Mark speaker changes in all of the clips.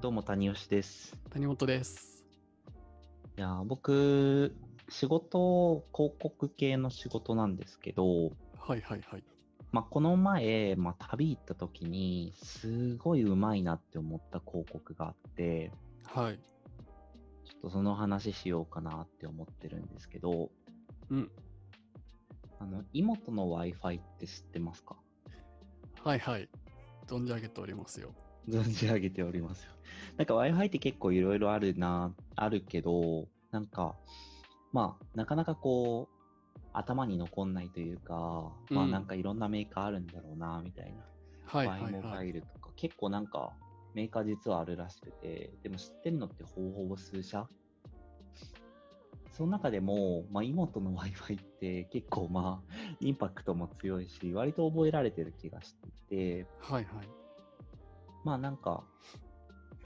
Speaker 1: どうも谷吉です。
Speaker 2: 谷本です。
Speaker 1: いやー僕仕事広告系の仕事なんですけど、
Speaker 2: はいはいはい。
Speaker 1: まあ、この前、まあ、旅行った時にすごいうまいなって思った広告があって
Speaker 2: はい。
Speaker 1: ちょっとその話しようかなって思ってるんですけど
Speaker 2: うん。
Speaker 1: あの妹の w i f i って知ってますか
Speaker 2: はいはい。存じ上げておりますよ。
Speaker 1: 存じ上げておりますよ。 なんか Wi-Fi って結構いろいろあるな、あるけど、なんか、まあ、なかなかこう、頭に残んないというか、まあ
Speaker 2: うん
Speaker 1: なんかいろんなメーカーあるんだろうな、みたいな。
Speaker 2: はいはい
Speaker 1: モバ
Speaker 2: はい。
Speaker 1: イルとか、結構なんかメーカー実はあるらしくて、でも知ってるのってほぼほぼ数社その中でも、まあ、妹の Wi-Fi って結構まあ、インパクトも強いし、割と覚えられてる気がしていて、
Speaker 2: はいはい。
Speaker 1: まあなんか、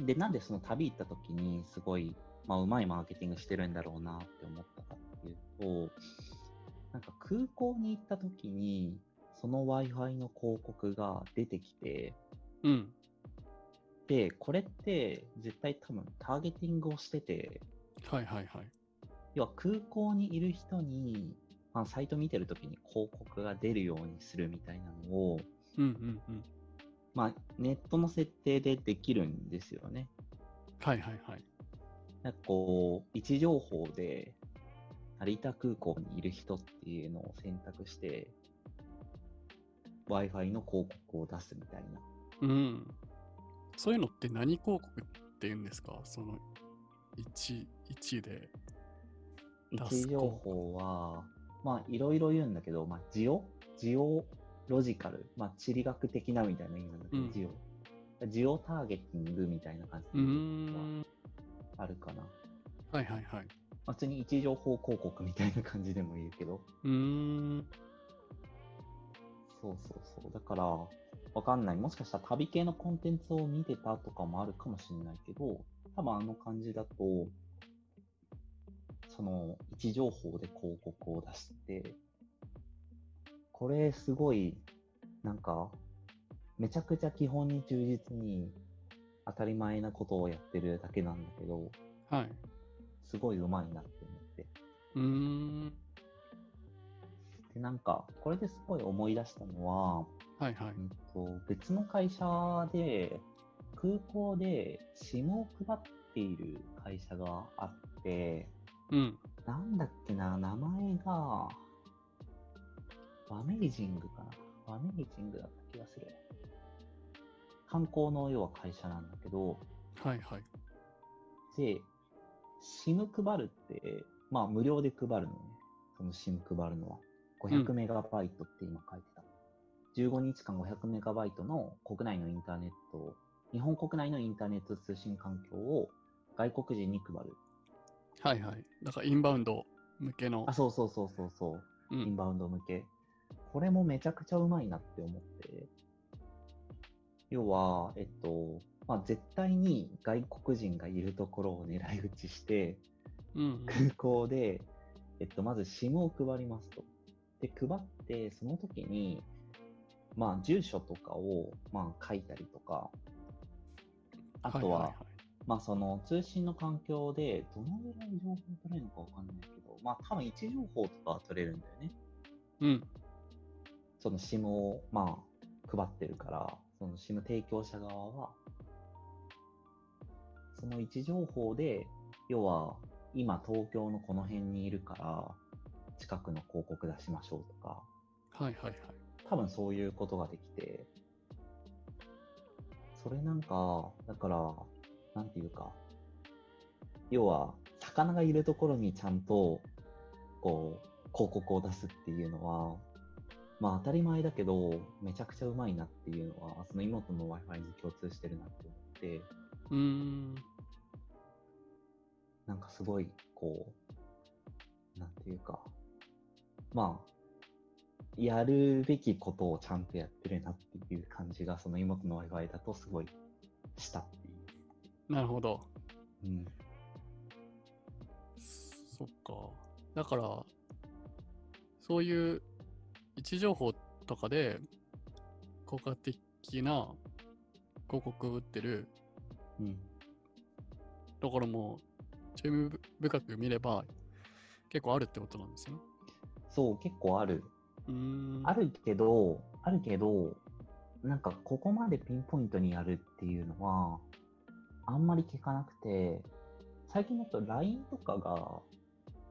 Speaker 1: で、なんでその旅行った時にすごい、まあうまいマーケティングしてるんだろうなって思ったかっていうと、なんか空港に行った時に、その Wi-Fi の広告が出てきて、
Speaker 2: うん。
Speaker 1: で、これって絶対多分ターゲティングをしてて、
Speaker 2: はいはいはい。
Speaker 1: 要は空港にいる人に、まあサイト見てる時に広告が出るようにするみたいなのを、
Speaker 2: うんうんうん。
Speaker 1: まあネットの設定でできるんですよね。
Speaker 2: はいはいはい。
Speaker 1: なんかこう、位置情報で、成田空港にいる人っていうのを選択して、Wi-Fi の広告を出すみたいな。
Speaker 2: うん。そういうのって何広告って言うんですかその1、1で。
Speaker 1: 位
Speaker 2: 出す
Speaker 1: 置情報は、まあいろいろ言うんだけど、まあジオジオロジカル。まあ地理学的なみたいな意味なんだけど、
Speaker 2: うん
Speaker 1: ジオ。ジオターゲティングみたいな感
Speaker 2: うー
Speaker 1: じは
Speaker 2: ん。
Speaker 1: あるかな。
Speaker 2: はいはいはい。
Speaker 1: まあ、普通に位置情報広告みたいな感じでも言うけど。
Speaker 2: うーん。
Speaker 1: そうそうそう。だから、わかんない。もしかしたら旅系のコンテンツを見てたとかもあるかもしれないけど、多分あの感じだと、その位置情報で広告を出して、これすごい、なんか、めちゃくちゃ基本に忠実に当たり前なことをやってるだけなんだけど、
Speaker 2: はい。
Speaker 1: すごいうまいなって思って。
Speaker 2: うーん。
Speaker 1: で、なんか、これですごい思い出したのは、
Speaker 2: はいはい。
Speaker 1: うんと、別の会社で、空港で SIM を配っている会社があって、
Speaker 2: うん。
Speaker 1: なんだっけな、名前が、ワメイジングかな。ワメイジングだった気がする。観光の要は会社なんだけど、
Speaker 2: はいはい。
Speaker 1: で、SIM 配るって、まあ無料で配るのね。その SIM 配るのは。500
Speaker 2: うん
Speaker 1: メガバイトって今書いてた。15日間500メガバイトの国内のインターネットを、日本国内のインターネット通信環境を外国人に配る。
Speaker 2: はいはい。だからインバウンド向けの
Speaker 1: あ、。そうそうそうそうそう。
Speaker 2: う
Speaker 1: イン
Speaker 2: ん。
Speaker 1: バウンド向け。これもめちゃくちゃうまいなって思って。要は、えっと、まあ、絶対に外国人がいるところを狙い撃ちして、
Speaker 2: うん。
Speaker 1: 空港で、えっと、まず SIM を配りますと。で、配って、その時に、まあ、住所とかを、まあ、書いたりとか、あとは、
Speaker 2: いいい
Speaker 1: まあ、その通信の環境で、どのぐらい情報取れるのかわかんないけど、まあ、多分位置情報とかは取れるんだよね。
Speaker 2: うん。
Speaker 1: その SIM を、まあ、配ってるから、その SIM 提供者側は、その位置情報で、要は、今東京のこの辺にいるから、近くの広告出しましょうとか、
Speaker 2: はいはいはい。
Speaker 1: 多分そういうことができて、それなんか、だから、なんていうか、要は、魚がいるところにちゃんと、こう、広告を出すっていうのは、まあ当たり前だけど、めちゃくちゃうまいなっていうのは、その妹の Wi-Fi に共通してるなって思って、
Speaker 2: うーん。
Speaker 1: なんかすごい、こう、なんていうか、まあ、やるべきことをちゃんとやってるなっていう感じが、その妹の Wi-Fi だとすごいしたってい
Speaker 2: なるほど。
Speaker 1: う。うん。
Speaker 2: そっか。だから、そういう位置情報とかで効果的な広告を打ってる
Speaker 1: うん。
Speaker 2: だからもう、チーム深く見れば、結構あるってことなんですよね。
Speaker 1: そう、結構ある。
Speaker 2: うーん。
Speaker 1: あるけど、あるけど、なんかここまでピンポイントにやるっていうのは、あんまり聞かなくて、最近だと LINE とかが、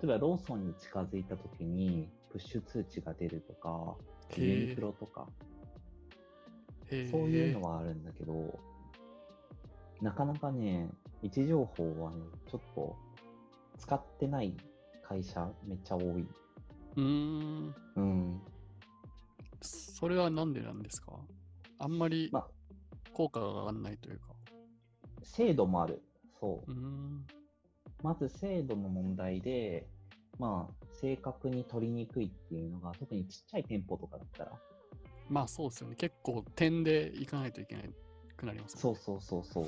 Speaker 1: 例えばローソンに近づいた時に、プッシュ通知が出るとか、
Speaker 2: へ
Speaker 1: ユ
Speaker 2: ー
Speaker 1: ニクロとか、
Speaker 2: へー
Speaker 1: そういうのはあるんだけど、なかなかね、位置情報はね、ちょっと使ってない会社めっちゃ多い。
Speaker 2: うーん。
Speaker 1: うん。
Speaker 2: それはなんでなんですかあんまり
Speaker 1: まあ
Speaker 2: 効果が上がんないというか。
Speaker 1: 制度もある。そう
Speaker 2: う。ーん。
Speaker 1: まず精度の問題で、まあ、正確に取りにくいっていうのが、特にちっちゃい店舗とかだったら、
Speaker 2: まあそうですよね。結構点で行かないといけないくなります
Speaker 1: そ
Speaker 2: もん
Speaker 1: うそうそうそう。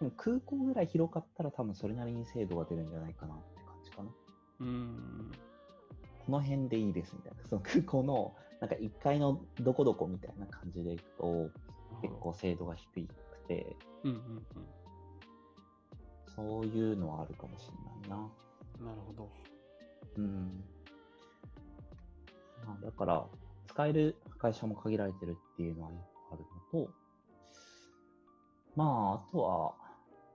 Speaker 1: でも空港ぐらい広かったら多分それなりに精度が出るんじゃないかなって感じかな。
Speaker 2: う。うーん。
Speaker 1: この辺でいいですみたいな。その空港の、なんか1階のどこどこみたいな感じでいくと、
Speaker 2: なる
Speaker 1: 結
Speaker 2: ほ
Speaker 1: 構精度が低くて、
Speaker 2: どうんうん
Speaker 1: そういうのはあるかもしれないな。
Speaker 2: うん。なるほど。
Speaker 1: うん。まあ、だから、使える会社も限られてるっていうのはよくあるのと、まあ、あとは、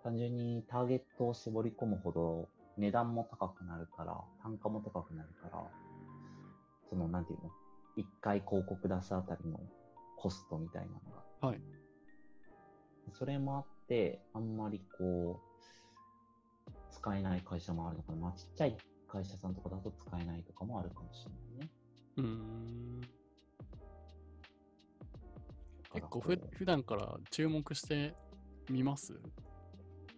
Speaker 1: 単純にターゲットを絞り込むほど、値段も高くなるから、単価も高くなるから、その、なんていうの、一回広告出すあたりのコストみたいなのが。
Speaker 2: はい。
Speaker 1: それもあって、あんまりこう、使えない会社もあるのかな。まあ、ちっちゃい会社さんとかだと使えないとかもあるかもしれないね。
Speaker 2: うーん。
Speaker 1: だ
Speaker 2: 結構ふ
Speaker 1: からこ
Speaker 2: 普段から注目してみます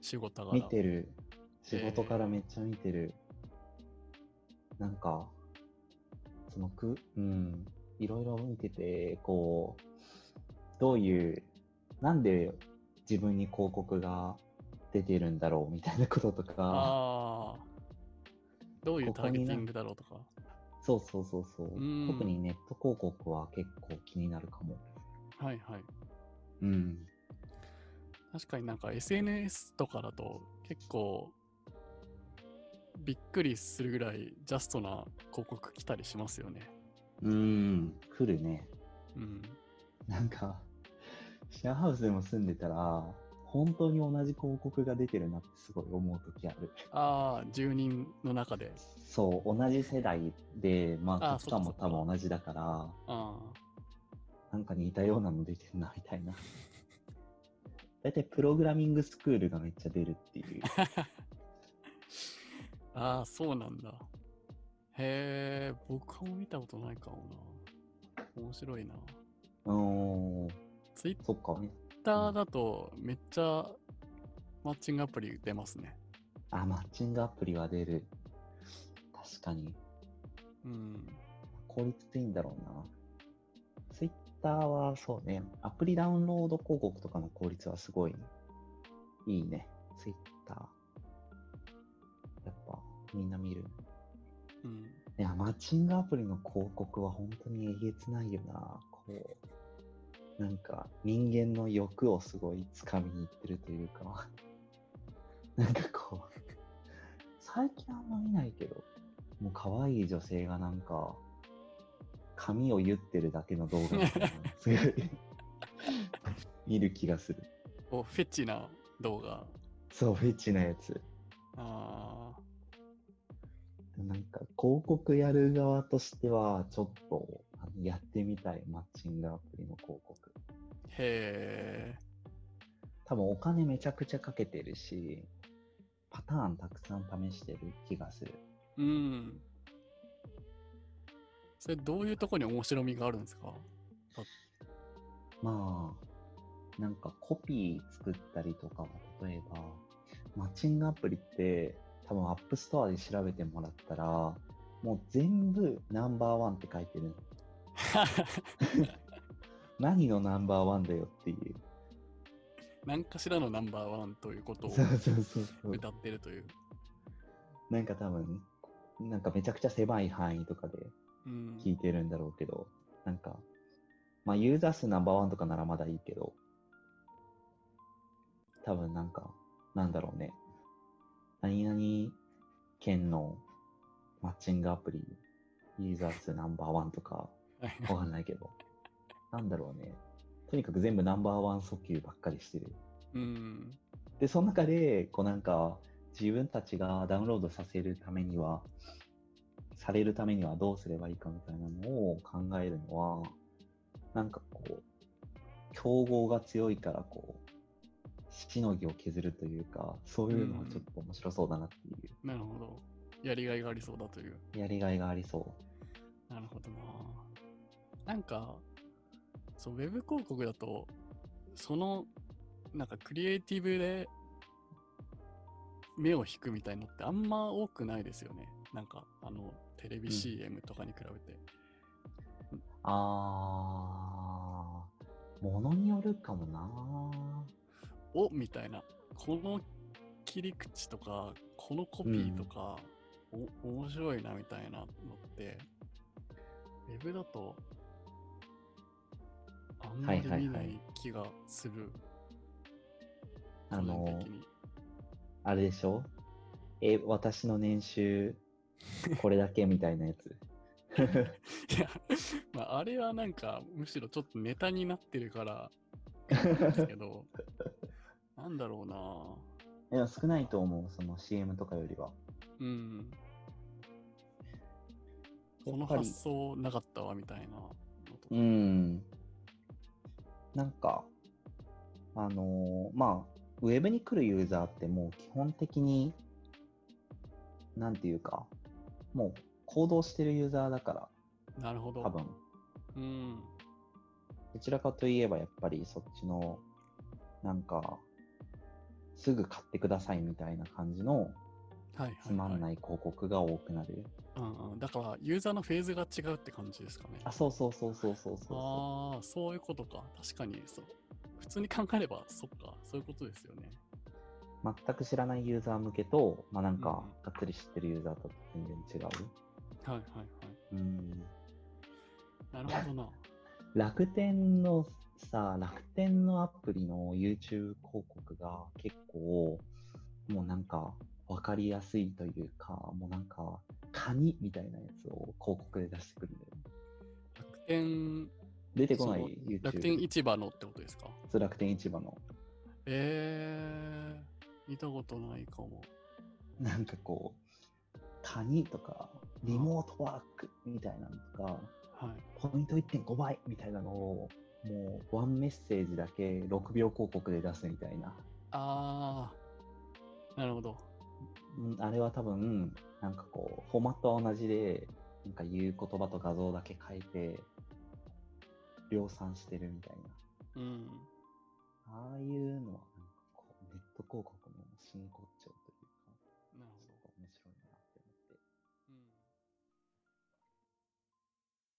Speaker 2: 仕事
Speaker 1: う
Speaker 2: 柄。
Speaker 1: 見てる。仕事からめっちゃ見てる。なんか、そのく、うん、いろいろ見てて、こう、どういう、なんで自分に広告が出てるんだろうみたいなこととか、
Speaker 2: ああ。どういうターゲティングだろうとか。
Speaker 1: そうそうそうそう。
Speaker 2: うん
Speaker 1: 特にネット広告は結構気になるかも。
Speaker 2: はいはい。
Speaker 1: うん。
Speaker 2: 確かになんか SNS とかだと結構びっくりするぐらいジャストな広告来たりしますよね。
Speaker 1: うん、来るね。
Speaker 2: うん。
Speaker 1: なんか、シェアハウスでも住んでたら、本当に同じ広告が出てるなってすごい思うときある。
Speaker 2: ああ、住人の中で。
Speaker 1: そう、同じ世代で、まあ、
Speaker 2: あ
Speaker 1: 価値観
Speaker 2: そ
Speaker 1: も
Speaker 2: っかそ
Speaker 1: 多
Speaker 2: っか
Speaker 1: 分同じだから、
Speaker 2: あ
Speaker 1: なんか似たようなの出てるな、みたいな。だいたいプログラミングスクールがめっちゃ出るっていう。
Speaker 2: あ、ああ、そうなんだ。へえ、僕も見たことないかもな。面白いな。
Speaker 1: うーん、
Speaker 2: ツイッ
Speaker 1: そっかね。
Speaker 2: ターだとめっちゃマッチングアプリ出ますね。
Speaker 1: あ、マッチングアプリは出る。確かに。
Speaker 2: うん。
Speaker 1: 効率いいんだろうな。ツイッターはそうね、アプリダウンロード広告とかの効率はすごいいいね。ツイッター。やっぱみんな見る。
Speaker 2: うん。
Speaker 1: いや、マッチングアプリの広告は本当にえげつないよな。こう、なんか人間の欲をすごい掴みに行ってるというか、 なんかこう、最近あんま見ないけど、もう可愛い女性がなんか、髪を言ってるだけの動画みたいなの、すごい 見る気がする。
Speaker 2: お、フェチな動画。
Speaker 1: そう、フェチなやつ。
Speaker 2: ああ。
Speaker 1: なんか広告やる側としては、ちょっとあのやってみたい、マッチングアプリの広告。
Speaker 2: へえ。
Speaker 1: 多分お金めちゃくちゃかけてるし、パターンたくさん試してる気がする。
Speaker 2: うん。それどういうとこに面白みがあるん ですか
Speaker 1: まあ、なんかコピー作ったりとかは、例えば、マッチングアプリって、多分アップストアで調べてもらったら、もう全部ナンバーワンって書いてる。何のナンバーワンだよっていう。
Speaker 2: 何かしらのナンバーワンということを
Speaker 1: そうそうそうそう。
Speaker 2: 歌ってるという。
Speaker 1: なんか多分、なんかめちゃくちゃ狭い範囲とかで
Speaker 2: うん。
Speaker 1: 聞いてるんだろうけど、なんか、まあユーザー数ナンバーワンとかならまだいいけど、多分なんか、なんだろうね。何々県のマッチングアプリ、ユーザー数ナンバーワンとか、
Speaker 2: はいはい
Speaker 1: わかんないけど。なんだろうね。とにかく全部ナンバーワン訴求ばっかりしてる。
Speaker 2: うん。
Speaker 1: で、その中で、こうなんか、自分たちがダウンロードさせるためには、されるためにはどうすればいいかみたいなのを考えるのは、なんかこう、競合が強いからこう、しのぎを削るというか、そういうのはちょっと面白そうだなってい
Speaker 2: なるほど。やりがいがありそうだという。
Speaker 1: う、やりがいがありそう。
Speaker 2: なるほどな。なんか、そう、ウェブ広告だと、その、なんかクリエイティブで目を引くみたいのってあんま多くないですよね。なんか、あの、テレビ
Speaker 1: うん
Speaker 2: CM とかに比べて。
Speaker 1: あー、ものによるかもな
Speaker 2: おみたいな。この切り口とか、このコピーとか、お面白いなみたいなのって、ウェブだと、あんまり
Speaker 1: はいはいはい
Speaker 2: 見ない気がする。
Speaker 1: あ
Speaker 2: 個人
Speaker 1: の
Speaker 2: 的、に
Speaker 1: あれでしょえ、私の年収、これだけみたいなやつ。
Speaker 2: いや、 まあ、あれはなんか、むしろちょっとネタになってるから、 です けど、なんだろう
Speaker 1: で
Speaker 2: な
Speaker 1: も少ないと思う、その CM とかよりは。
Speaker 2: うん。こ
Speaker 1: や
Speaker 2: の
Speaker 1: っぱり
Speaker 2: 発想なかったわ、みたいなのとか。
Speaker 1: うん。なんか、あのーまあ、ウェブに来るユーザーってもう基本的に、なんていうか、もう行動してるユーザーだか
Speaker 2: なるほ
Speaker 1: ら、多
Speaker 2: ど。
Speaker 1: 分。
Speaker 2: うん。
Speaker 1: どちらかといえばやっぱりそっちの、なんか、すぐ買ってくださいみたいな感じの
Speaker 2: はいはい、はい。
Speaker 1: つまんない広告が多くなる。
Speaker 2: うんうん。だから、ユーザーのフェーズが違うって感じですかね。
Speaker 1: あ、そうそうそうそうそうそうそ
Speaker 2: ああ、そういうことか。確かに、そう。普通に考えれば、そっか。そういうことですよね。
Speaker 1: う。全く知らないユーザー向けと、まあなんか
Speaker 2: うんうん、
Speaker 1: がっつり知ってるユーザーと全然違う。
Speaker 2: はいはいはい。
Speaker 1: うん。
Speaker 2: なるほどな。
Speaker 1: 楽天のさ、楽天のアプリの YouTube 広告が結構、もうなんか、わかりやすいというか、もうなんか、カニみたいなやつを広告で出してくるんだよね。
Speaker 2: 楽天、
Speaker 1: 出てこない
Speaker 2: その
Speaker 1: YouTube。
Speaker 2: 楽天市場のってことですか
Speaker 1: そう楽天市場の。
Speaker 2: えー、見たことないかも。
Speaker 1: なんかこう、カニとか、リモートワークみたいなのとか、
Speaker 2: はい。
Speaker 1: ポイント1.5倍みたいなのを、もう、ワンメッセージだけ6秒広告で出すみたいな。
Speaker 2: あー、なるほど。
Speaker 1: うんあれは多分、なんかこう、フォーマットは同じで、なんか言う言葉と画像だけ変えて、量産してるみたいな。
Speaker 2: うん。
Speaker 1: ああいうのは、なんかこう、ネット広告